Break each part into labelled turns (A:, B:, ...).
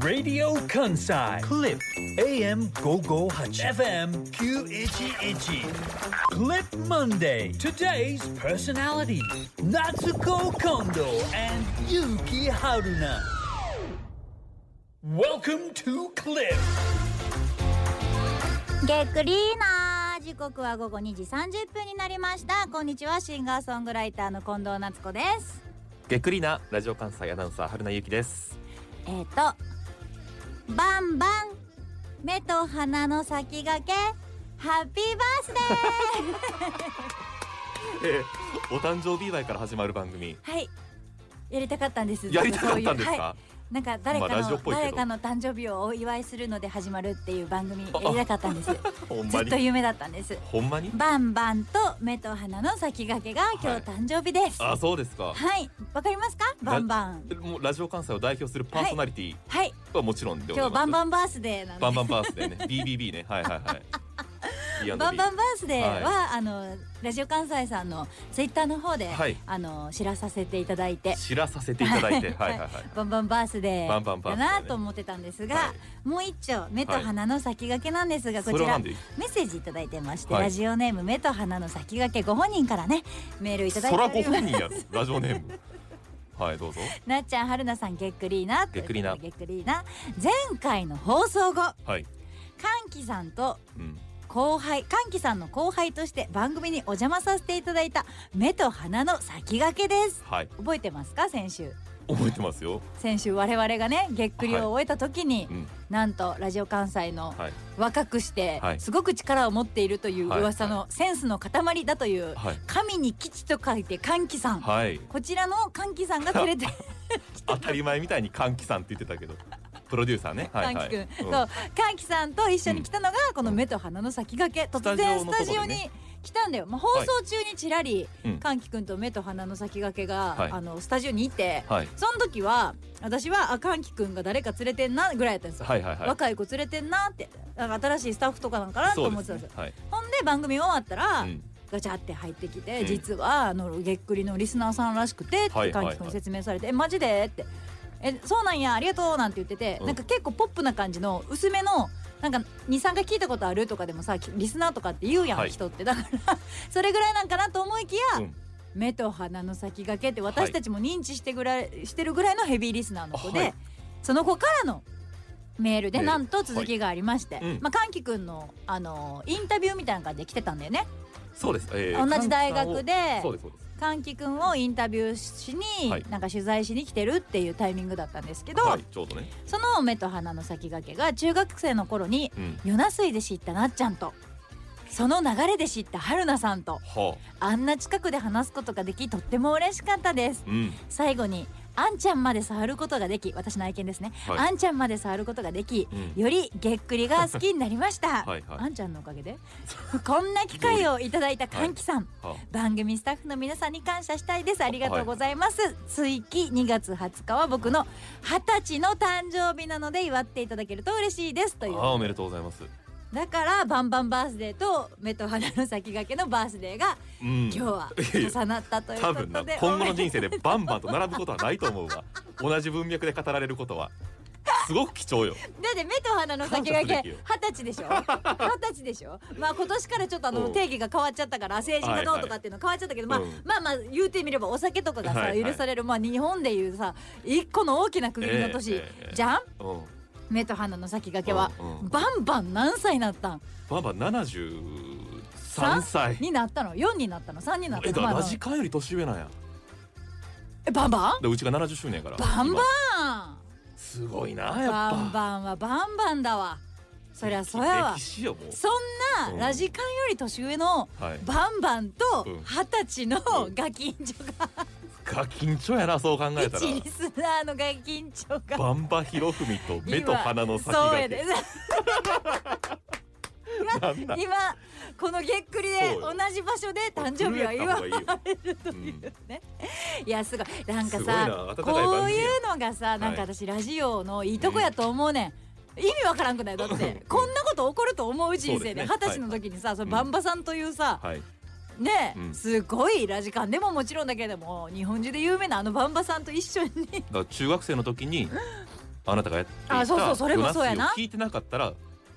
A: Radio Kansai Clip AM 558 FM 911 Clip Monday Today's personality Natsuko Kondo and Yuki Haruna Welcome to Clip
B: げっくりーなー時刻は午後2時30分になりましたこんにちはシンガーソングライターの近藤夏子です
C: げっくりなラジオ関西アナウンサー春名ゆきです
B: えっ、とバンバン目と鼻の先駆けハッピーバースデ
C: お誕生日祝いから始まる番
B: ー
C: 組
B: はいやりたかったんです
C: やりたかったんです
B: そういうは
C: か
B: い、なんか誰か
C: まあラジオ
B: の、
C: っぽいけど
B: 誰かの誕生日をお祝いするので始ま るっていう番組やりたかったんです
C: ほん
B: ず
C: ま
B: っと
C: に
B: 夢だったんです
C: ほんまに
B: バンバンと目と鼻の先駆けが今日誕生日です、
C: あそうですか
B: はい、わかりますか？バンバン。
C: もうラジオ関西を代表するパーソナリティ
B: はい、
C: はもちろんでござ
B: 今日バ
C: います
B: ンバンバースデーなんで。
C: バンバンバースデーね BBB ねはいはいはい B&B
B: バンバンバースデーは、
C: は
B: あのラジオ関西さんのツイッターの方で、
C: はい
B: あの知らさせていただいて。
C: 知らさせていただいて
B: は
C: はいいはいはい
B: バンバンバースデ
C: バンバ
B: ー
C: ンバー
B: だ
C: スデーね
B: なと思ってたんですが、
C: は
B: もう一丁目と鼻の先駆けなんですが、
C: そ
B: こ
C: れ
B: ち
C: はな
B: ら
C: ん
B: メ
C: で
B: ッセージいただいてまして、
C: はい
B: ラジオネーム目と鼻の先駆けご本人からねメールいただい
C: そ
B: て
C: ら
B: お
C: ご
B: りま
C: 本
B: す
C: 人やろラジオネームはいどうぞ
B: なっちゃんはるなさんげっくりーな
C: げっくりーな
B: ということでげっくりーな前回の放送後
C: はい
B: 歓喜さんと
C: うん
B: 後輩歓喜さんの後輩として番組にお邪魔させていただいた目と鼻の先駆けです
C: はい
B: 覚えてますか先週
C: 覚えてますよ
B: 先週我々がねげっくりを終えた時に、
C: うん
B: なんとラジオ関西の
C: はい
B: 若くして
C: はい
B: すごく力を持っているという噂のセンスの塊だという
C: はい
B: 神に吉と書いて歓喜さん
C: はい
B: こちらの歓喜さんが連れて
C: 当たり前みたいに歓喜さんって言ってたけどプロデューサーねはい
B: 歓
C: は
B: 喜
C: い
B: くん、
C: うん
B: そう歓喜さんと一緒に来たのがこの目と鼻の先駆け、突然ス
C: スタ
B: タジ
C: ジ
B: オ
C: オのとこでね
B: に来たんだよ、まあ、放送中にちらり、
C: うん
B: 歓喜くんと目と鼻の先駆けが、
C: はい
B: あのスタジオにいて、
C: はい
B: その時は私はあ歓喜くんが誰か連れてんなぐらいやったんですよ、
C: はいはいはい
B: 若い子連れてんなってなんか新しいスタッフとかなんかなと
C: そう
B: 思
C: で
B: って
C: す
B: たんです
C: ね
B: よ
C: はい
B: ほんで番組終わったら、
C: うん
B: ガチャって入ってきて、
C: うん
B: 実はあのげっくりのリスナーさんらしくてって
C: は
B: 歓
C: いはいはい
B: 喜くんに説明されて「えマジで?」って「えそうなんやありがとう」なんて言ってて、
C: うん
B: なんか結構ポップな感じの薄めのなんか23回聞いたことあるとかでもさきリスナーとかって言うやん、
C: はい
B: 人ってだから それぐらいなんかなと思いきや、
C: うん
B: 目と鼻の先駆けって私たちも認知してぐらい、してるぐらいのヘビーリスナーの子で、
C: はい
B: その子からのメールで
C: メール
B: なんと続きがありまして、
C: いうん
B: まあ、歓喜くんの、あのインタビューみたいな感じで来てたんだよね。
C: そうです、え
B: 同じ大学で
C: 歓喜さんをそうですそうです
B: 歓喜くんをインタビューしに、
C: はい
B: なんか取材しに来てるっていうタイミングだったんですけど、
C: はいちょうどね
B: その目と鼻の先駆けが中学生の頃に
C: うん
B: 夜なすいで知ったなっちゃんとその流れで知った春菜さんと
C: は
B: あんな近くで話すことができとっても嬉しかったです
C: あうん
B: 最後にあんちゃんまで触ることができ私の愛犬ですね、
C: はい
B: あんちゃんまで触ることができ
C: うん
B: よりげっくりが好きになりました、
C: はいはい
B: あんちゃんのおかげでこんな機会をいただいた歓喜さん、
C: は
B: 番組スタッフの皆さんに感謝したいですありがとうございます、追記2月20日は僕の20歳の誕生日なので祝っていただけると嬉しいですと
C: あ
B: い
C: ああお
B: う
C: めでとうございます
B: だからバンバンバースデーと目と鼻の先駆けのバースデーが
C: うん
B: 今日はい
C: やいや
B: 重なったという
C: 多
B: こ
C: 分
B: と
C: な
B: で
C: 今後
B: お
C: の
B: め
C: 人生でバンバンと並ぶことはないと思うわ 同じ文脈で語られることはすごく貴重よ
B: だって目と鼻の先駆け二
C: 感謝すべき
B: 十
C: よ
B: 歳でしょ二十歳でしょまあ今年からちょっとあ
C: う
B: の
C: ん
B: 定義が変わっちゃったから成人がどうとかっていうの変わっちゃったけど、
C: はいはい
B: まあ、まあまあ言うてみればお酒とかがさ、
C: はいはい
B: 許されるまあ日本でいうさ一個の大きな区切りの年、
C: ええええ
B: じゃん
C: うん
B: 目と鼻の先駆けは、
C: うんうん
B: バンバン何歳になったん
C: バンバン73歳
B: になったの4になったの3になった
C: え
B: の,、
C: だ
B: まあ、
C: ラジカンより年上なんや
B: えバンバン
C: でうちが70周年やから
B: バンバ
C: 今
B: ン
C: すごいなやっぱ
B: バンバンはバンバンだわそりゃそうやわ
C: 歴史よもう
B: そんな
C: う
B: んラジカンより年上の
C: はい
B: バンバンと
C: うん
B: 二十歳の
C: うん
B: ガキンチョが
C: ガキンチョやなそう考えたら
B: 一リスナーのガキンチョが
C: バンバヒロフミと目と鼻の先
B: そうやで
C: がけなんだ
B: 今このげっくりで
C: そう
B: 同
C: よ
B: じ場所で誕生日は祝わ
C: 震えた方が
B: れると
C: いい
B: い
C: よ
B: うね、いやすごいなんか
C: すごいな
B: さ
C: 温かい
B: こう
C: 番組
B: い
C: や
B: うのがさなんか私ラジオのいいとこやと思うねん、意味わからんくないだっ
C: うん
B: てこんなこと起こると思う人生で
C: そうで
B: 二十、
C: すね
B: 歳の時にさ、そのバンバさんというさ、
C: はい
B: ね、
C: うん
B: すごいラジカンでも もちろんだけれども日本中で有名なあのバンバさんと一緒に
C: だから中学生の時にあなたがやっていた
B: あそうそうそれもそうやな
C: ヨナスイを聞いてなかったら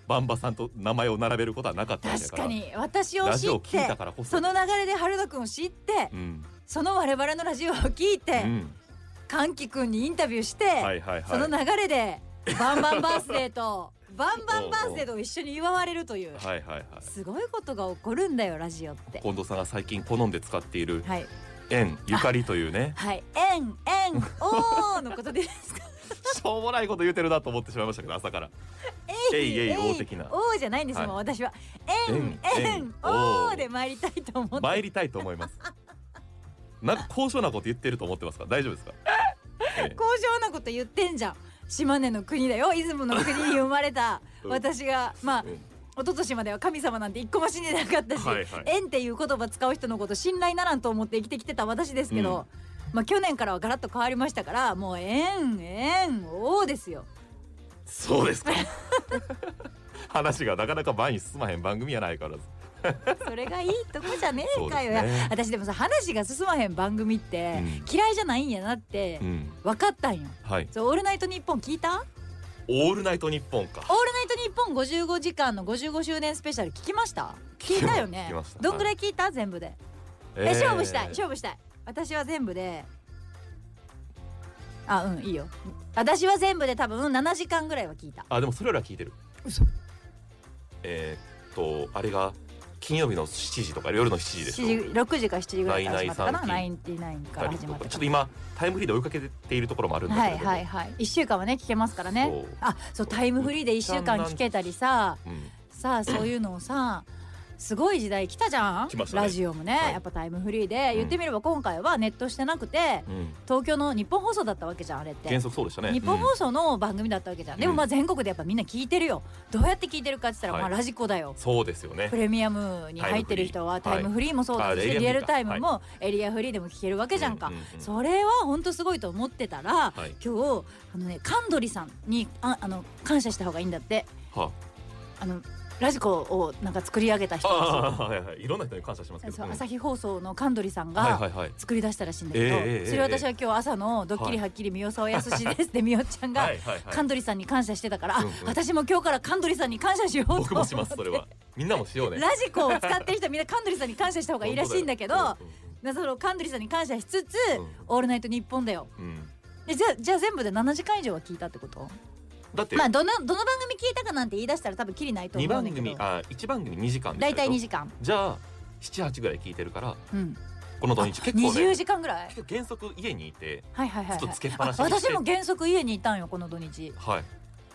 C: バンバさんと名前を並べることはなかったんだ
B: 確
C: か
B: からに私を
C: ラ
B: 知
C: ジオ
B: っ
C: を聞い
B: て
C: たからこそ
B: その流れで春田くんを知って
C: うん、
B: その我々のラジオを聞いうて
C: ん、
B: 歓喜くんにインタビューして、
C: はいはいはい
B: その流れでバンバンバースデー とバンバンバースデーと一緒に祝われるという
C: はいはいはい
B: すごいことが起こるんだよラジオって
C: 近藤さんが最近好んで使っている
B: はい
C: 縁ゆかりというね
B: はい「えんえんおー」のことですか
C: しょうもないこと言うてるなと思ってしまいましたけど 朝からえいえい王的な
B: おーじゃないんですもん、
C: は
B: 私は「えん
C: えん
B: え
C: え
B: ん
C: ん
B: お
C: お
B: ー」
C: ー
B: で参りたいと思って
C: 参りたいと思 いますなんか高尚なこと言ってると思ってますか大丈夫ですか、え
B: 高尚なこと言ってんじゃん島根の国だよ出雲の国に生まれた
C: うん
B: 私がまあ
C: えうん
B: 一昨年までは神様なんて一個も信じてなかったし、
C: はいはい
B: 縁っていう言葉使う人のこと信頼ならんと思って生きてきてた私ですけど、まあ去年からはガラッと変わりましたからもう縁縁王ですよ
C: そうですか 話がなかなか前に進まへん番組やないから
B: それがいいとこじゃねえかよ、
C: そうですね
B: いや私でもさ話が進まへん番組って
C: うん
B: 嫌いじゃないんやなって
C: うん
B: 分かったんよ。
C: はい
B: そうオールナイトニッポン聞いた？
C: 「オールナイトニッポン」か
B: オールナイトニッポン55時間の55周年スペシャル聞きました？聞いたよね
C: 聞きまし。た
B: どんぐらい聞いた？全部で。え勝負したい勝負したい私は全部であうんいいよ私は全部で多分7時間ぐらいは聞いた
C: あでもそれよりは聞いてる
B: 嘘
C: えーっとあれが金曜日の7時とか夜の7時でしょ
B: 7時6時か7時ぐらいから始まったかな
C: ナイ
B: 99か
C: た
B: ら
C: り
B: 始
C: と
B: まっ
C: か
B: た
C: ちょ
B: か
C: っと今タイムフリーで追いかけているところもあるんだ
B: は
C: け
B: い
C: れども、
B: はいはい1週間はね聞けますからね
C: そう
B: あそうタイムフリーで1週間聞けたりさ
C: うん、
B: さあそういうのをさすごい時代来たじゃん、
C: 来ましたね
B: ラジオもね、
C: はい
B: やっぱタイムフリーで言ってみれば今回はネットしてなくて
C: うん、
B: 東京の日本放送だったわけじゃんあれって
C: 原則そうでしたね
B: 日本放送の番組だったわけじゃん、でもまあ全国でやっぱみんな聞いてるよどうやって聞いてるかって言ったら
C: はい
B: まあラジコだよ、
C: うんそうですよね
B: プレミアムに入ってる人はタ
C: タ
B: イ
C: イ
B: ム
C: ム
B: フリーもそうだし、
C: はいあ
B: リ
C: リ
B: ア
C: ア
B: ル
C: ル
B: タ
C: タ
B: イ
C: イ
B: ム
C: ム
B: もエリアフリーでも聞けるわけじゃんか、
C: うんうんうん
B: それは本当すごいと思ってたら、
C: はい
B: 今日あのねカンドリさんにああの感謝した方がいいんだって
C: は
B: あのラジコをなんか作り上げた
C: あ
B: 人た
C: あーはいはいいろんな人に感謝しますけど
B: ちそう
C: うん
B: 朝日放送のカンドリさんが、
C: はいはいはい
B: 作り出したらしいんだけど、
C: ええええ
B: それ私は今日朝の「ドッキリはっきり三代沢やすしです」 ってみおちゃんが
C: はいはいはい
B: カンドリさんに感謝してたから、あ
C: うんうん
B: 私も今日からカンドリさんに感謝しようと思って
C: 僕もしますそれはみんなもしようね
B: ラジコを使ってる人はみんなカンドリさんに感謝した方がいいらしいんだけど
C: 本当だよ
B: なそのカンドリさんに感謝しつつ「
C: うん
B: オールナイトニッポン」だよ
C: うんうん
B: でじゃあじゃあ全部で7時間以上は聞いたってこと
C: だって
B: まあどのどの番組聞いたかなんて言い出したら多分きりないと
C: 二
B: 思うん
C: 番
B: だけ
C: 組
B: ど
C: あ一番組二時間で
B: 大
C: した
B: 体
C: よ
B: 2時間、
C: じゃあ七八ぐらい聞いてるから
B: うん、
C: この土日結構
B: 20
C: ね
B: 時間ぐらい
C: 結構原則家にいて
B: はいはいはい、
C: ちょっ
B: は
C: と
B: い
C: つけっぱなしにして
B: 私も原則家にいたんよこの土日
C: はい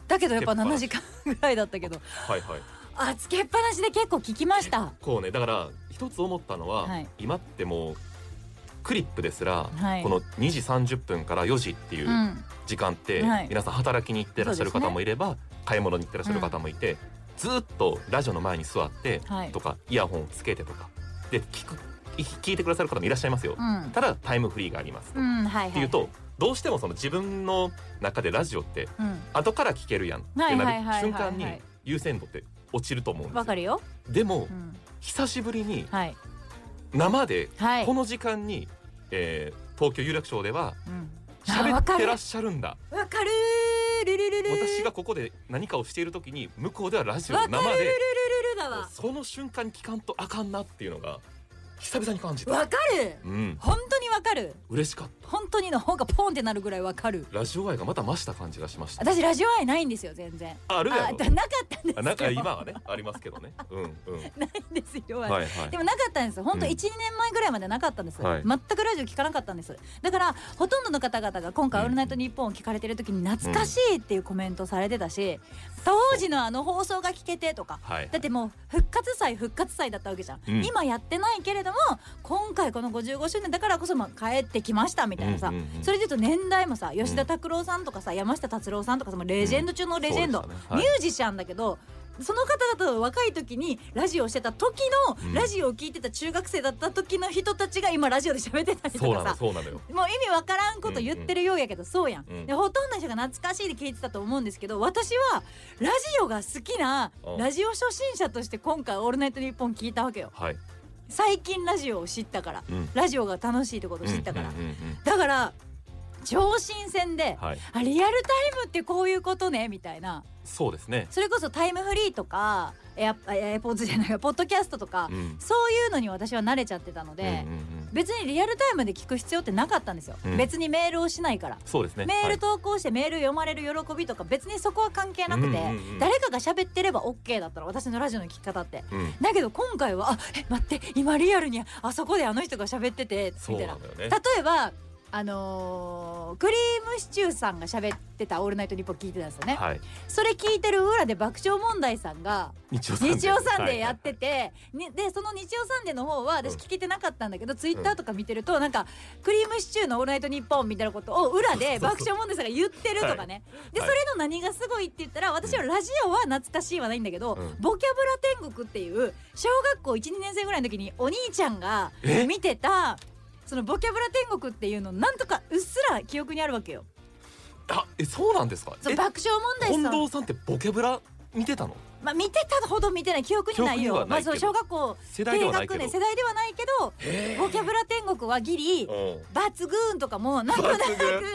B: だけどやっぱ
C: つけっぱ
B: 7
C: なし
B: 時間ぐらいだったけど
C: はいはい
B: あつけっぱなしで結構聞きました
C: こうねだから一つ思ったのは、
B: はい
C: 今ってもうクリップですら、
B: はい
C: この2時30分から4時っていううん時間って、
B: はい
C: 皆さん働きに行ってらっしゃる
B: そうですね
C: 方もいれば、買い物に行ってらっしゃる方もいて、ずっとラジオの前に座って、
B: はい
C: とかイヤホンをつけてとかで聞くい聞いてくださる方もいらっしゃいますよ。
B: うん
C: ただタイムフリーがありますと、
B: う
C: っ
B: んはいはい
C: ていうとどうしてもその自分の中でラジオって
B: うん
C: 後から聞けるやんってな
B: はいはいはいはいはい
C: る瞬間に優先度って落ちると思うんで
B: わ
C: すよ
B: かるよ、
C: でも
B: うん、
C: 久しぶりに
B: はい
C: 生で
B: はい
C: この時間に、えー東京有楽町では
B: うん
C: 喋ってらっ
B: し
C: しゃるんだ
B: ゃるわかるルルルル
C: 私がここで何かをしている時に向こうではラジオ
B: わ
C: を
B: かるルルル
C: 生
B: ル
C: で
B: ルだわ
C: その瞬間に聞かんとあかんなっていうのが久々に感じた
B: わかる
C: うん
B: 本当にわかる
C: 嬉しかった
B: 本当にの方がポンってなるぐらいわかる
C: ラジオ愛がまた増した感じがしました
B: 私ラジオ愛ないんですよ全然
C: あるや
B: あ
C: ろ
B: だなかったんです
C: あ
B: よ
C: なんか今はねありますけどねうんうん
B: ないんですよ、
C: はいはい
B: でもなかったんです本当
C: うん
B: 1、2年前ぐらいまでなかったんです、
C: はい
B: 全くラジオ聞かなかったんですだからほとんどの方々が今回「オ
C: うん
B: ールナイトニッポン」を聞かれてる時に懐かしいっていうコメントされてたし、当時のあの放送が聞けてとか
C: はい
B: だってもう復活祭復活祭だったわけじゃん、
C: うん
B: 今やってないけれども今回この55周年だからこそまあ帰ってきましたみたいなさ、
C: うんうんうん
B: それで言うと年代もさ吉田拓郎さんとかさ、山下達郎さんとかさもうレジェンド中のレジェンド、
C: そうでしたねはい
B: ミュージシャンだけどその方々の若い時にラジオをしてた時の、
C: うん
B: ラジオを聞いてた中学生だった時の人たちが今ラジオで喋ってたり
C: そ
B: と
C: う
B: か
C: な
B: さ
C: のそうなのよ
B: もう意味わからんこと言ってるようやけど、そうやん、
C: うん
B: でほとんどの人が懐かしいで聞いてたと思うんですけど私はラジオが好きな
C: うん
B: ラジオ初心者として今回「オールナイトニッポン」聞いたわけよ
C: はい
B: 最近ラジオを知ったから
C: うん
B: ラジオが楽しいってことを知ったから、
C: うんうんうんうん
B: だから超新鮮で、
C: はい
B: あリアルタイムってこういうことねみたいな
C: そうですね、
B: それこそタイムフリーとかエアエアポーズじゃないポッドキャストとか、
C: うん
B: そういうのに私は慣れちゃってたので、
C: うんうんうん、
B: 別にリアルタイムで聞く必要ってなかったんですよ、
C: うん
B: 別にメールをしないから。
C: そうですね
B: メー
C: は
B: ル
C: い
B: 投稿してメール読まれる喜びとか別にそこは関係なくて、
C: うんうんうん
B: 誰かが喋ってれば OK だったら私のラジオの聞き方って
C: うん、
B: だけど今回は「あえ待って今リアルにあそこであの人が喋ってて」
C: そ
B: み
C: う
B: たい
C: な
B: なん
C: だよね
B: 例えばあのークリームシチューさんが喋ってた「オールナイトニッポン」聞いてたんですよね、
C: はい
B: それ聞いてる裏で爆笑問題さんが
C: 日曜サンデー
B: 日曜サンデーやってて、にでその日曜サンデーの方は私聞けてなかったんだけど、ツイッターとか見てるとなんか「クリームシチューのオールナイトニッポン」みたいなことを裏で爆笑問題さんが言ってるとかね、でそ
C: はい
B: れの何がすごいって言ったら私はラジオは懐かしいはないんだけど、
C: うん
B: ボキャブラ天国っていう小学校12年生ぐらいの時にお兄ちゃんが
C: え
B: 見てたそのボキャブラ天国っていうのなんとかうっすら記憶にあるわけよ。
C: あえそうなんですか
B: そ
C: え
B: う爆笑問題さん
C: 近藤さんってボケブラ見てたの
B: まあ、見てたほど見てない記憶にない
C: 記憶に
B: よ
C: はないけど
B: まあ、そう小学校
C: 世代ではないけど
B: 低学年世代ではないけど「ボキャブラ天国」はギリ
C: うん
B: 「抜群」とかもなんとなくなん
C: 抜群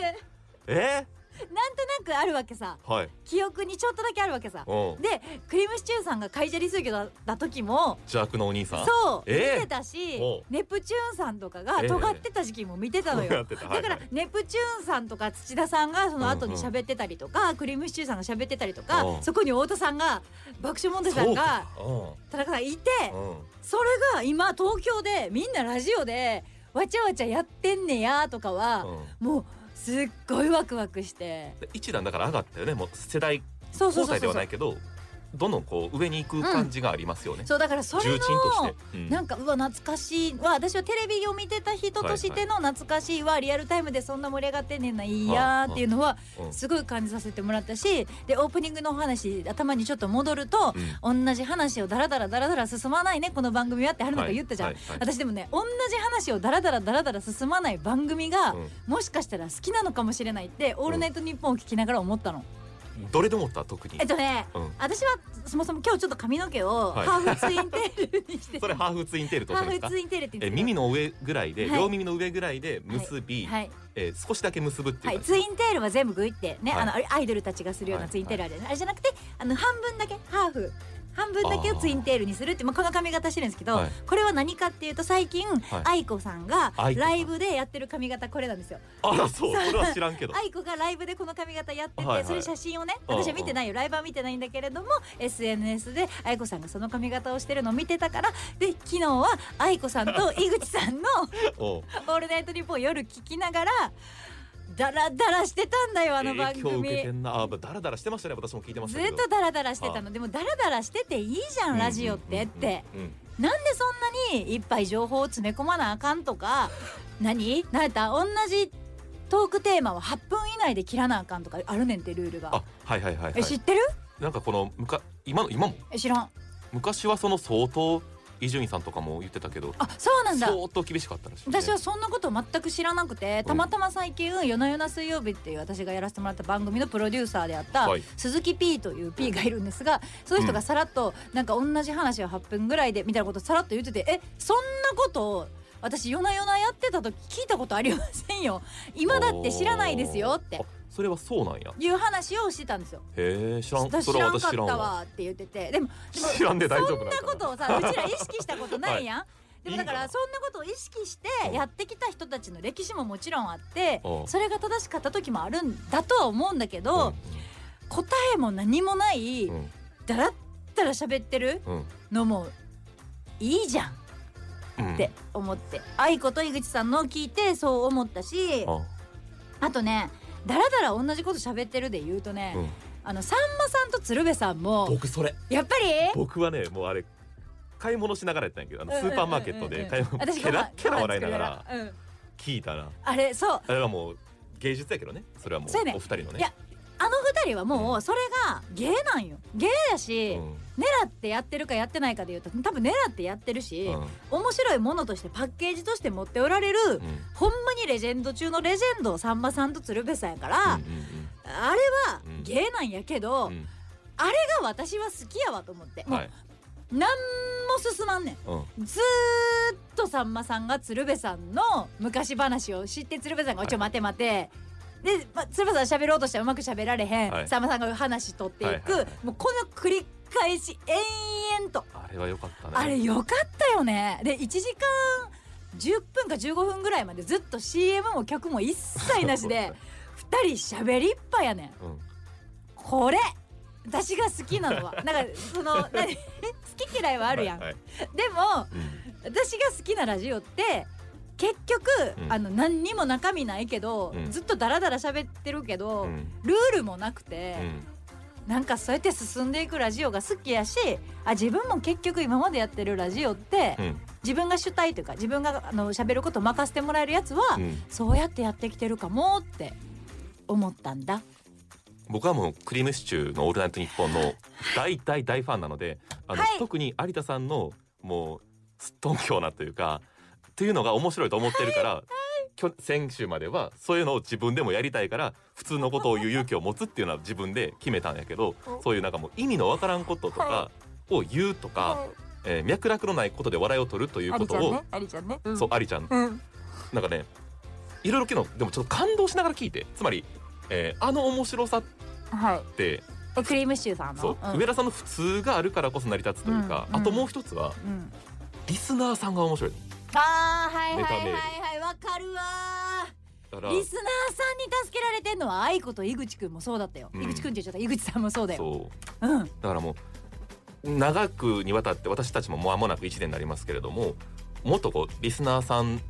C: え
B: となくあるわけさ
C: はい
B: 記憶にちょっとだけあるわけさ
C: うん
B: でクリームシチューさんが会社リスギョだ時も
C: 邪悪のお兄さん
B: そう見
C: えー
B: てたし
C: おう
B: ネプチューンさんとかが
C: ええ
B: 尖ってた時期も見てたの
C: こうや
B: よ
C: ってたは
B: だ
C: い
B: か
C: は
B: ら
C: い
B: ネプチューンさんとか土田さんがその後に
C: うんうん
B: 喋ってたりとかクリームシチューさんが喋ってたりとか
C: うん
B: そこに太田さんが爆笑問題さ
C: そ
B: ん
C: うか
B: が
C: う
B: 田中さんいて
C: んうん
B: それが今東京でみんなラジオでわちゃわちゃやってんねやとかは、
C: うん
B: もうすっごいワクワクして
C: で一段だから上がったよねもう世代
B: そうそうそ
C: 交
B: う
C: 代で
B: そう
C: はないけどどんどんこう上に行く感じがありますよね、
B: そうだからそれ
C: 重鎮とし
B: の
C: て、うん
B: なんかうわ懐かしいは私はテレビを見てた人としての懐かしいはリアルタイムでそんな盛り上がってんねんないいやーっていうのは
C: うん
B: すごい感じさせてもらったしでオープニングのお話頭にちょっと戻ると
C: うん
B: 同じ話をダラダラダラダラ進まないねこの番組はって春菜が言ったじゃん、
C: はいはいはい
B: 私でもね同じ話をダラダラダラダラ進まない番組が、
C: うん
B: もしかしたら好きなのかもしれないって「オールナイトニッポン」を聞きながら思ったの、
C: どれでもった特に
B: えっとね
C: うん
B: 私はそもそも今日ちょっと髪の毛を
C: はい
B: ハーフツインテールに して、
C: それハーフツインテールとおっ
B: ハ
C: しゃるんで
B: ー
C: すか
B: フツインテールって言
C: え
B: うんです
C: 耳の上ぐらいで、
B: はい
C: 両耳の上ぐらいで結び、
B: けどはい
C: えー少しだけ結ぶって
B: はいいう
C: 感じ、
B: ツインテールは全部グイってね、
C: はい
B: あのアイドルたちがするような
C: はい
B: ツインテールあるじゃないあれじゃなくてあの半分だけハーフ半分だけをツインテールにするってまあ、この髪型してるんですけど、
C: はい
B: これは何かっていうと最近、
C: い
B: 愛子さんが
C: 愛子さん
B: ライブでやってる髪型これなんですよ。
C: あらそうそれは知らんけど
B: 愛子がライブでこの髪型やってて、
C: はいはい
B: それ写真をね
C: うんうん
B: 私は見てないよライブは見てないんだけれども SNS で愛子さんがその髪型をしてるのを見てたからで昨日は愛子さん と井口さんの「
C: おう
B: オールナイトニッポン」夜聞きながらダラダラしてたんだよあの番
C: 影響受けて
B: 組。
C: んなあダラダラしてましたね私も聞いてまし
B: ず
C: たけ
B: っ
C: ど
B: とダラダラしてた
C: は
B: のでもダラダラしてていいじゃんラジオってってなんでそんなにいっぱい情報を詰め込まなあかんとか何なんやった同じトークテーマは8分以内で切らなあかんとかあるねんってルールが
C: あはいはいはい、は
B: え知っ
C: い、
B: てる
C: なんかこのむか今の今も
B: え知らん
C: 昔はその相当伊集院さんとかも言ってたけど
B: あそうなんだ
C: 相当厳しかったらしい、ね、
B: 私はそんなこと全く知らなくてたまたま最近「夜な夜な水曜日」っていう私がやらせてもらった番組のプロデューサーであった
C: はい
B: 鈴木 P という P がいるんですがその人がさらっとなんか同じ話を8分ぐらいでみたいなことをさらっと言っててえそんなことを私夜な夜なやってた時聞いたことありません よ今だって知らないですよっ
C: あ
B: て
C: それはそうなんや
B: いう話をしてたんですよ。
C: へえ知らん
B: 私
C: そ
B: 知
C: れ
B: ら
C: は
B: ん
C: 私
B: かっ
C: 知らん
B: た
C: わ
B: わって言っててでもで も
C: 知らんで大丈夫な
B: そ
C: ん
B: んな
C: かな
B: ことを さうちら意識したことないやん、でもだか
C: いい
B: ら
C: な
B: そんなことを意識してやってきた人たちの歴史ももちろんあって
C: うん
B: それが正しかった時もあるんだとは思うんだけ
C: う
B: ど、答えも何もない
C: んうん
B: だらったら喋ってる
C: うん
B: のもいいじゃんっ
C: うん
B: て思って愛子と井口さんのを聞いてそう思ったし
C: あ
B: あとねだらだら同じこと喋ってるで言うとね、
C: うん
B: あのさんまさんと鶴瓶さんも
C: 僕それ
B: やっぱり
C: 僕はねもうあれ買い物しながらやったんやけどあのスーパーマーケットで買い物
B: 私
C: ケラケラ笑いながら、
B: ご飯作りながうん
C: 聞いたら
B: あれそう
C: あれはもう芸術やけどねそれはもう
B: そうやね
C: お二人のね
B: いやあの二人はも
C: う
B: うそれが芸なんよ芸だし、狙ってやってるかやってないかでいうと多分狙ってやってるし、
C: うんうん
B: 面白いものとしてパッケージとして持っておられる、
C: うん
B: ほんまにレジェンド中のレジェンドさんまさんと鶴瓶さんやから、あれは
C: うん
B: 芸なんやけど、
C: うんうんうん
B: が私は好きやわと思って、
C: うんはい
B: もう何も進まんねん
C: うん
B: ずーっとさんまさんが鶴瓶さんの昔話を知って鶴瓶さんが「
C: はい
B: ちょ待て待てで、まあ、鶴瓶さん喋ろうとしてうまく喋られへん、
C: はい
B: さんまさんが話取っていく、
C: はいはいは
B: もうこの繰り返し延々と
C: あれは良かったね
B: あれよかったよねで1時間10分か15分ぐらいまでずっと CM も曲も一切なし
C: そうだ
B: で
C: ね
B: 2人喋りっぱやねん
C: うん
B: これ私が好きなのはなんかその 何好き嫌いはあるやん、
C: はいはい
B: でも
C: うん
B: 私が好きなラジオって結局、
C: うん
B: あの何にも中身ないけど、
C: うん
B: ずっとダラダラ喋ってるけど、
C: うん
B: ルールもなくて、なんかそうやって進んでいくラジオが好きやしあ自分も結局今までやってるラジオって、
C: うん
B: 自分が主体というか自分があの喋ることを任せてもらえるやつは、
C: うん
B: そうやってやってきてるかもって思ったんだ
C: 僕はもうクリームシチューの「オールナイトニッポン」の大大大ファンなのであの、
B: はい
C: 特に有田さんのもうすっとんきょうなというかっていうのが面白いと思ってるから、きょ先週まではそういうのを自分でもやりたいから普通のことを言う勇気を持つっていうのは自分で決めたんやけどそういうなんかもう意味のわからんこととかを言うとか、えー脈絡のないことで笑いを取るということを、
B: ありちゃんねう
C: そうありちゃん
B: うん
C: なんかねいろいろ昨日でもちょっと感動しながら聞いてつまり、えーあの面白さっ
B: はい
C: て
B: えクリームシチューさんの
C: そう、
B: ん
C: 上田さんの普通があるからこそ成り立つというか、
B: うんうん
C: あともう一つは
B: うん
C: リスナーさんが面白い
B: あーはいはい
C: ネタメー
B: は
C: ル
B: いはいわかるわ
C: だから
B: ーリスナーさんに助けられてんのは愛子と井口くんもそうだったよ、
C: うん
B: 井口くんって言っちゃった井口さんもそうだよ
C: そう
B: うん
C: だからもう長くにわたって私たちも間もなく1年になりますけれどももっとこうリスナーさん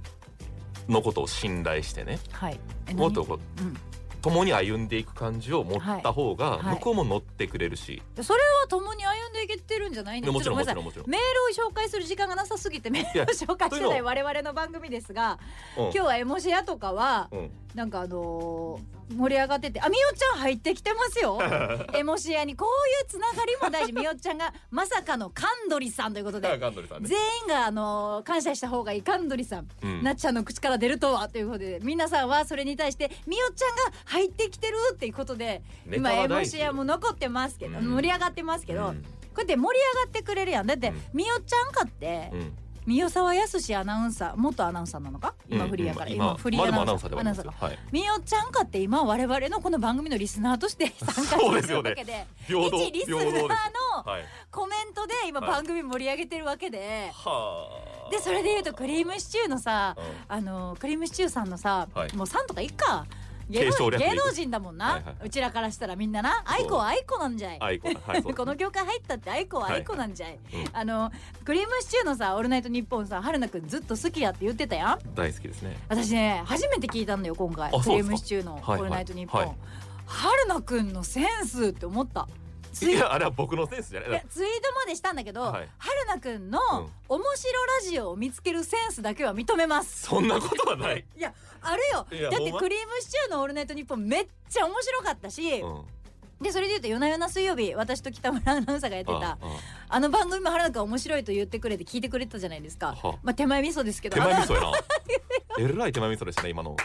C: のことを信頼してね
B: はいえ
C: もっとこう
B: 何うん
C: 共に歩んでいく感じを持った方が
B: はい
C: 向こうも乗ってくれるし、
B: でそれは共に歩んでいけてるんじゃないんで
C: でもちろんも
B: ごめ
C: ち
B: んなさ
C: ろ
B: い
C: んもちろん
B: メールを紹介する時間がなさすぎてメールを紹介して
C: と
B: ない
C: いうの
B: 我々の番組ですが
C: うん
B: 今日はエモシアとかは
C: うん
B: なんかあのー盛り上がっててあみおちゃん入ってきてます よエモシアにこういうつながりも大事みおちゃんがまさかのカンドリさんという ことで
C: ガンドリさんね
B: 全員があのー感謝した方がいいカンドリさん、
C: うん
B: なっちゃんの口から出るとはということで皆さんはそれに対してみおちゃんが入ってきてるっていうことで
C: ネタ
B: 今
C: は
B: エモ
C: 大事
B: シアも残ってますけど、
C: うん
B: 盛り上がってますけど、
C: うん
B: こうやって盛り上がってくれるやんだって、
C: うん
B: みおちゃんかって、
C: うん
B: 三代沢康アナウンサー元アナウンサーなのか今フリーやから、
C: うん
B: 今フリーア
C: まあでも
B: ナ
C: ア
B: ウン
C: ナ
B: サ
C: ウ
B: ー
C: ンサーではありますよはい
B: みおちゃんかって今我々のこの番組のリスナーとして参
C: そう
B: 加し
C: です
B: てる
C: よね
B: わけで
C: 平等
B: 一リスナ
C: 平
B: ー
C: 等
B: の
C: ですはい
B: コメントで今
C: はい
B: 番組盛り上げてるわけで、
C: はあ
B: でそれで言うとクリームシチューのさ、
C: うん
B: あのクリームシチューさんのさ、
C: はい
B: もう3とかいっか芸
C: 継承
B: 能
C: 略でい
B: 芸
C: く
B: 能人だもんな、
C: はいはいはいう
B: ちらからしたらみんなな愛子は愛子なんじゃい。
C: アイコンはいそ う
B: この業界入ったって愛子は愛子なんじゃい、
C: うん
B: あのクリームシチューのさ「オールナイトニッポン」さ春菜くんずっと好きやって言ってたやん
C: 大好きですね
B: 私ね初めて聞いたんだよ今回
C: あ
B: ク
C: そう
B: リー
C: ですか
B: ムシチューの「オ
C: はいはい
B: ールナイトニッポン」
C: はい
B: 春菜くんのセンスって思ったツイい
C: い
B: や
C: やあれは僕のセンスじゃない
B: ツイートまでしたんだけど、
C: はい
B: 春菜くんの
C: ん
B: 面白ラジオを見つけるセンスだけは認めます
C: そんなこと はない、
B: いやあるよ
C: いや
B: だって
C: ほんま
B: クリームシチューの「オールナイトニッポン」めっちゃ面白かったし、
C: うん、あ
B: でそれで言うと「夜な夜な水曜日」私と北村アナウンサーがやってた
C: あ
B: あの番組も春菜くん面白いと言ってくれて聞いてくれてたじゃないですか、
C: はあ
B: まあ手前味噌ですけど
C: 手前味噌やなえらい手前味噌でしたね今の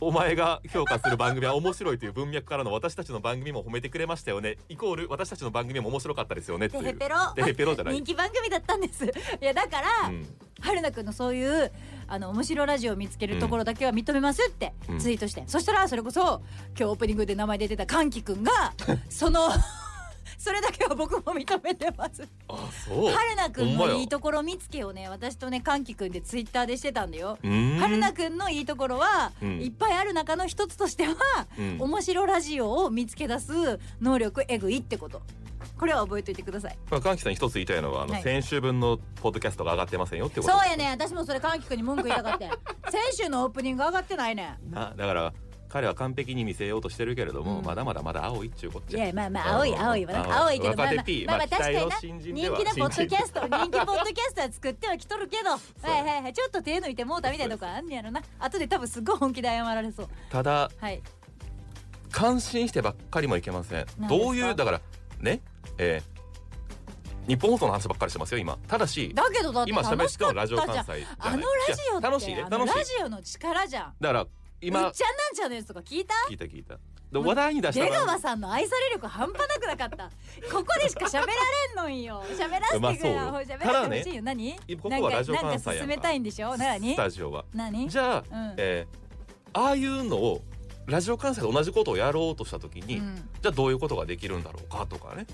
C: お前が評価する番組は面白いという文脈からの私たちの番組も褒めてくれましたよねイコール私たちの番組も面白かったですよねって
B: テ
C: いう
B: ヘペロ
C: テヘペロじゃない
B: 人気番組だったんですいやだから、
C: うん
B: 春菜くんのそういうあの面白ラジオを見つけるところだけは認めますって
C: うん
B: ツイートして、そしたらそれこそ今日オープニングで名前出てた歓喜くんがそ のそれだけは僕も認めてます
C: あそう
B: 春菜くん
C: ほんま
B: の
C: や
B: いいところ見つけをね私とね歓喜くんでツイッターでしてたんだよ
C: うーん
B: 春菜くんのいいところは、
C: うん
B: いっぱいある中の一つとしては、
C: うん
B: 面白ラジオを見つけ出す能力えぐいってことこれは覚えといてください
C: まあ、かんきさん一つ言いたいのはあの、
B: はい
C: 先週分のポッドキャストが上がってませんよっていうこと
B: そうやね私もそれ歓喜くんに文句言いたか ったよ先週のオープニング上がってないね
C: なだから彼は完璧に見せようとしてるけれども、
B: うん
C: まだまだまだ青いっちゅうこと
B: い
C: じゃ
B: やまあまあ青い
C: うん
B: 青いわ
C: 青い
B: な青いけどま
C: 若
B: あ
C: 手
B: まあ
C: P
B: まあまあ
C: まあ
B: 確かにな
C: 期待の新
B: 人
C: 人
B: 気
C: で
B: な
C: は
B: ポッドキャスト人気ポッドキャストは作ってはきとるけど はいはいはいちょっと手抜いてもうたみたいなとこあんねやろな後で多分すっごい本気で謝られそう
C: ただ
B: はい
C: 感心してばっかりもいけませ
B: 何
C: ん
B: ですか
C: どういうだからねえー日本放送の話ばっかりしてますよ今ただし
B: だけどだって
C: 今
B: 楽し
C: 喋
B: か
C: ってたのはラ
B: っ
C: ジオ関
B: たじゃんあ
C: 西じゃない
B: のラジオっ
C: いや楽しい
B: て
C: ね
B: あの
C: 楽しい
B: ラジオの力じゃん
C: だから
B: う
C: 今
B: っちゃんなんちゃんのやつとか聞いた
C: 聞いた聞いたで話題に出した
B: 出川
C: ら
B: さんの愛され力半端なくなかったここでしか喋られんのんよ喋らせてくれよ
C: まあそうよ
B: 喋らせてほしいよ何
C: ここ
B: なん
C: は
B: か
C: ラジオ
B: なん
C: 関
B: か
C: 西やんか
B: 進めたいんでしょ何
C: スタジオは
B: 何
C: じゃあ、
B: うん
C: えーああいうのをラジオ関西で同じことをやろうとした時に、
B: うん
C: じゃあどういうことができるんだろうかとかね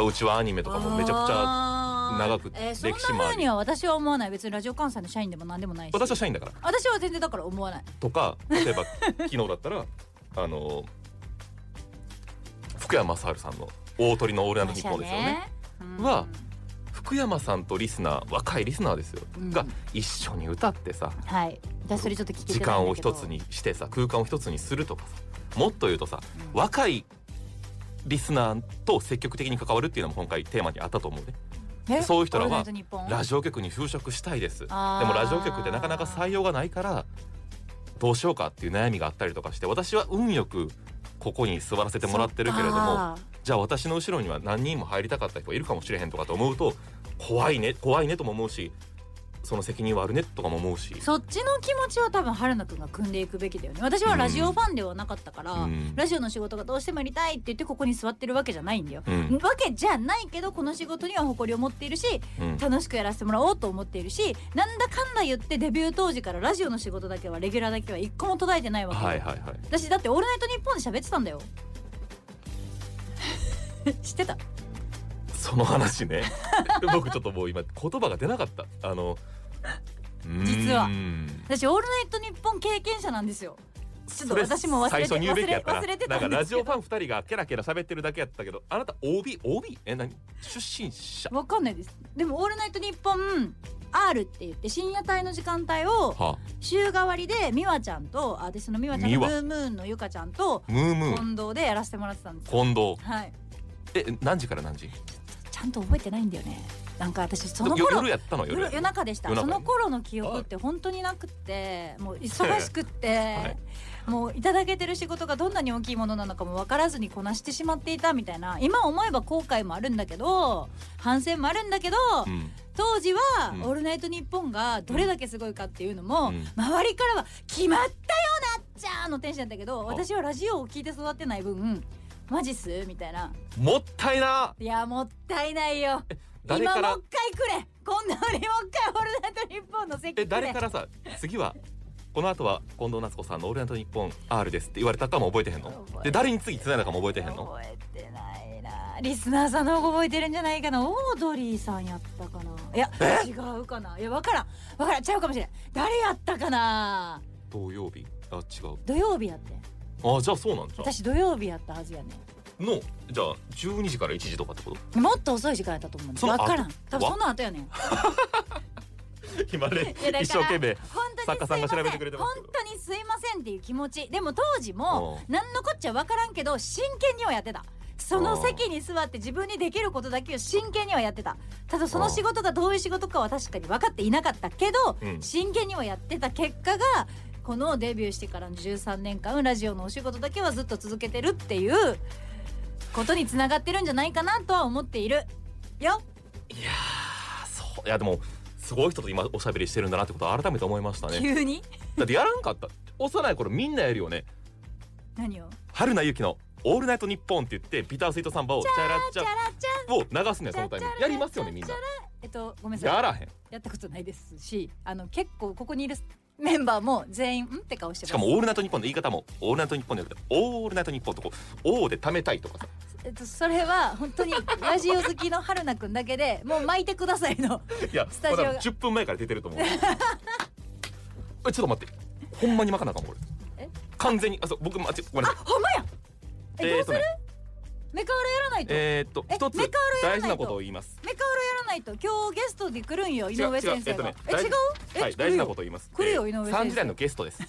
C: うちはアニメとかもめちゃくちゃ
B: ゃ
C: 長く
B: えー、そん
C: 歴史もあ
B: な
C: り
B: 風には私は思わない別にラジオ関西の社員でも何でもないし
C: 私は社員だから
B: 私は全然だから思わない
C: とか例えば 昨日だったらあの福山雅治さんの「大鳥のオールナイトニッポン」ですよね。
B: うん
C: は福山さんとリスナー若いリスナーですよ、
B: うん
C: が一緒に歌ってさ
B: はい私それちょっと聞いて
C: 時間を一つにしてさ空間を一つにするとかさもっと言うとさ、若いリスナーと積極的に関わるっていうのも今回テーマにあったと思うねそういう人らはラジオ局に就職したいですで
B: あー
C: もラジオ局ってなかなか採用がないからどうしようかっていう悩みがあったりとかして私は運よくここに座らせてもらってるけれどもじゃあ私の後ろには何人も入りたかった人がいるかもしれへんとかと思うと怖いね怖いねとも思うしその責任はあるねとかも思うし
B: そっちの気持ちは多分春菜くんが組んでいくべきだよね私はラジオファンではなかったから、
C: うん
B: ラジオの仕事がどうしてもやりたいって言ってここに座ってるわけじゃないんだよ、
C: うん
B: わけじゃないけどこの仕事には誇りを持っているし
C: うん
B: 楽しくやらせてもらおうと思っているしなんだかんだ言ってデビュー当時からラジオの仕事だけはレギュラーだけは一個も途絶えてないわけよ、
C: はいはいはい
B: 私だって「オールナイトニッポン」で喋ってたんだよ 知ってた
C: その 話ね僕ちょっともう今言葉が出なかったあのうーん
B: 実は私「オールナイトニッポン」経験者なんですよちょっと
C: それ
B: 私も忘れて
C: 最初に言うべきやったな
B: 忘れ忘れてた
C: なん
B: んですけど
C: かラジオファン二人がケラケラ喋ってるだけやったけどあなた OB OB え何出身者
B: わかんないですでも「オールナイトニッポン R」って言って深夜帯の時間帯を
C: は
B: 週替わりで美和ちゃんとアーティストの美和ちゃん
C: 美
B: とム
C: 和
B: ームーンのゆかちゃんと
C: ムームーン
B: 近藤でやらせてもらってたんですよ
C: 近藤
B: はい
C: え何時から何時
B: ちゃんと覚えてないんだよねなんか私その
C: よ
B: 頃
C: 夜やったの
B: 夜
C: 夜
B: 夜中でした
C: 夜
B: そ
C: 中
B: の頃の記憶って本当になくってもう忙しくって、
C: い
B: もういただけてる仕事がどんなに大きいものなのかも分からずにこなしてしまっていたみたいな今思えば後悔もあるんだけど反省もあるんだけど、
C: うん
B: 当時は
C: うん
B: 「オールナイトニッポン」がどれだけすごいかっていうのも、
C: うん
B: 周りからは「決まったよなっちゃー!」のテンションだったけど私はラジオを聞いて育ってない分マジっすみたいな
C: もったいない
B: やもったいないよ
C: 誰
B: 今
C: か
B: も
C: ら
B: う一回くれこんなにもう一回「オールナイトニッポン」の席く
C: え
B: れ
C: 誰からさ次はこの後は近藤夏子さんの「オールナイトニッポン R」ですって言われたかも覚えてへんの
B: 覚えてない
C: で誰に次繋いだかも覚えてへんの
B: 覚えてないなリスナーさんの方が覚えてるんじゃないかなオードリーさんやったかないや違うかないや分からん分からんちゃうかもしれん誰やったかな
C: 土曜日あ違う
B: 土曜日やって
C: あじゃあそうなんじゃ
B: 私土曜日やったはずやね
C: のじゃあ12時から1時とかってこと
B: もっと遅い時間やったと思うんで
C: その後
B: 分からん多分
C: は
B: その後やねん
C: 今ね
B: いやだから
C: 一生懸命
B: 本当に
C: 作家
B: す
C: さん
B: い
C: が
B: ませ
C: 調
B: ん
C: べてくれてま
B: 本
C: すけど
B: 当にすいませんっていう気持ちでも当時も
C: う
B: 何のこっちゃ分からんけど真剣にはやってたその席に座って自分にできることだけを真剣にはやってたただその仕事がどういう仕事かは確かに分かっていなかったけど、
C: うん
B: 真剣にはやってた結果がこのデビューしてからの13年間ラジオのお仕事だけはずっと続けてるっていうことにつながってるんじゃないかなとは思っているよ
C: いやーそういやでもすごい人と今おしゃべりしてるんだなってことを改めて思いましたね
B: 急に
C: だってやらんかった幼い頃みんなやるよね
B: 何を
C: 春名由紀の「オールナイトニッポン」って言ってビタースイートサンバを「チャラチ
B: チャ
C: ャ
B: ラチャ」
C: を流すねそのタイミングやりますよねみんな
B: えっとごめんなさい
C: やらへん
B: やったことないですしあの結構ここにいるメンバーも全員んって顔してます
C: しかも「オールナイトニッポン」の言い方も「オールナイトニッポン」じゃなくて「オールナイトニッポン」とこう「O」で貯めたいとかさ
B: えっと、それは本当にラジオ好きの春菜くんだけでもう巻いてくださいの
C: いや
B: スタジオが
C: まだ10分前から出てる と思うえちょっと待ってほんまにマカなあかも俺
B: え
C: 完全にあそう僕まちごめんなさい
B: ほんまやえ
C: ーとね
B: メカオロやらないと、
C: えーっと
B: え
C: 一つ
B: メカオロやらない
C: 大
B: と
C: 事なことを言います
B: メカオロやらないと今日ゲストで来るんよ井上先生が
C: 違う違う
B: え
C: えっとね
B: 違うえ、
C: はい
B: 来るよ
C: 大事なことを言います
B: 来るよ
C: えー
B: 井上先生
C: 3時台のゲス トです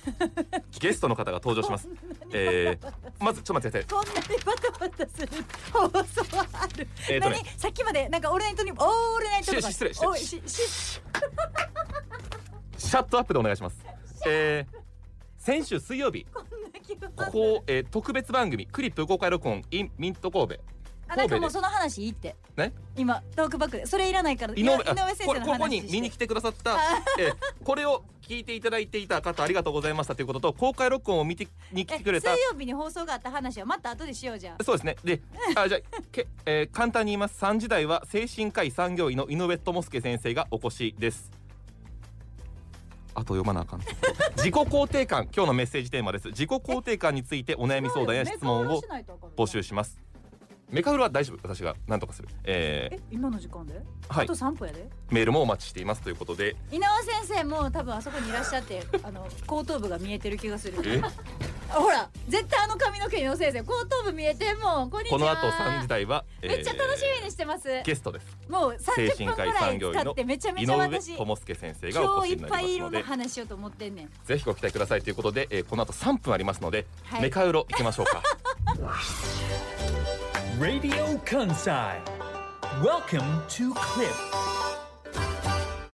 C: ゲストの方が登場しますえーまずちょっと待ってくださ
B: こんなにバタバタする放送はある、
C: えーとね
B: 何さっきまでなんかオールナイトにオールナイトとか
C: し失礼失礼
B: おいしし
C: いシャットアップでお願いしますえー先週水曜日
B: こんな気分
C: ここを、えー特別番組クリップ公開録音 in ミント神戸
B: あなんかも
C: 神戸
B: う
C: で
B: その話いいって
C: ね
B: 今トークバックでそれいらないから
C: 井上
B: 井上
C: あ
B: 先
C: こ
B: 生
C: れ
B: の話
C: ここに見に来
B: て
C: てくだ さった、えーこれを聞いていただいていた方ありがとうございましたということと公開録音を見てに来てくれた
B: 水曜日に放送があった話はまた後でしようじゃん
C: そうですねであじゃあけ、えー簡単に言います3時台は精神科医産業医の井上智介先生がお越しですあと読まなあかん自己肯定感 今日のメッセージテーマです自己肯定感についてお悩み相談や質問を募集
B: し
C: しますメカフルは大丈夫私が何とかする、え
B: え今の時間で
C: ーは
B: あ
C: い
B: と3分やで
C: メールもお待ちしていますということで
B: 稲尾先生もう多分あそこにいらっしゃってあの後頭部が見えてる気がする
C: え
B: あほら絶対あの髪の毛稲尾先生後頭部見えてんもんこんにちは
C: この後3時台は、えー
B: めっちゃ楽しみにしてます
C: ゲストです
B: もう
C: 精
B: 30
C: 神
B: 分
C: 科医
B: ぐら
C: 産
B: い
C: 業医
B: 使
C: の
B: ってめちゃめ
C: 井
B: ちゃ
C: 上
B: 私
C: 智介先生が
B: 今
C: お越
B: 日い
C: しに
B: っ
C: な
B: ぱいい
C: り
B: ろ
C: ますの
B: ん
C: で
B: な話しようと思ってんねん
C: ぜひご期待くださいということで、えーこの後3分ありますので、
B: はい
C: メカウロ行きましょうか
A: Radio Kansai. Welcome to Clip.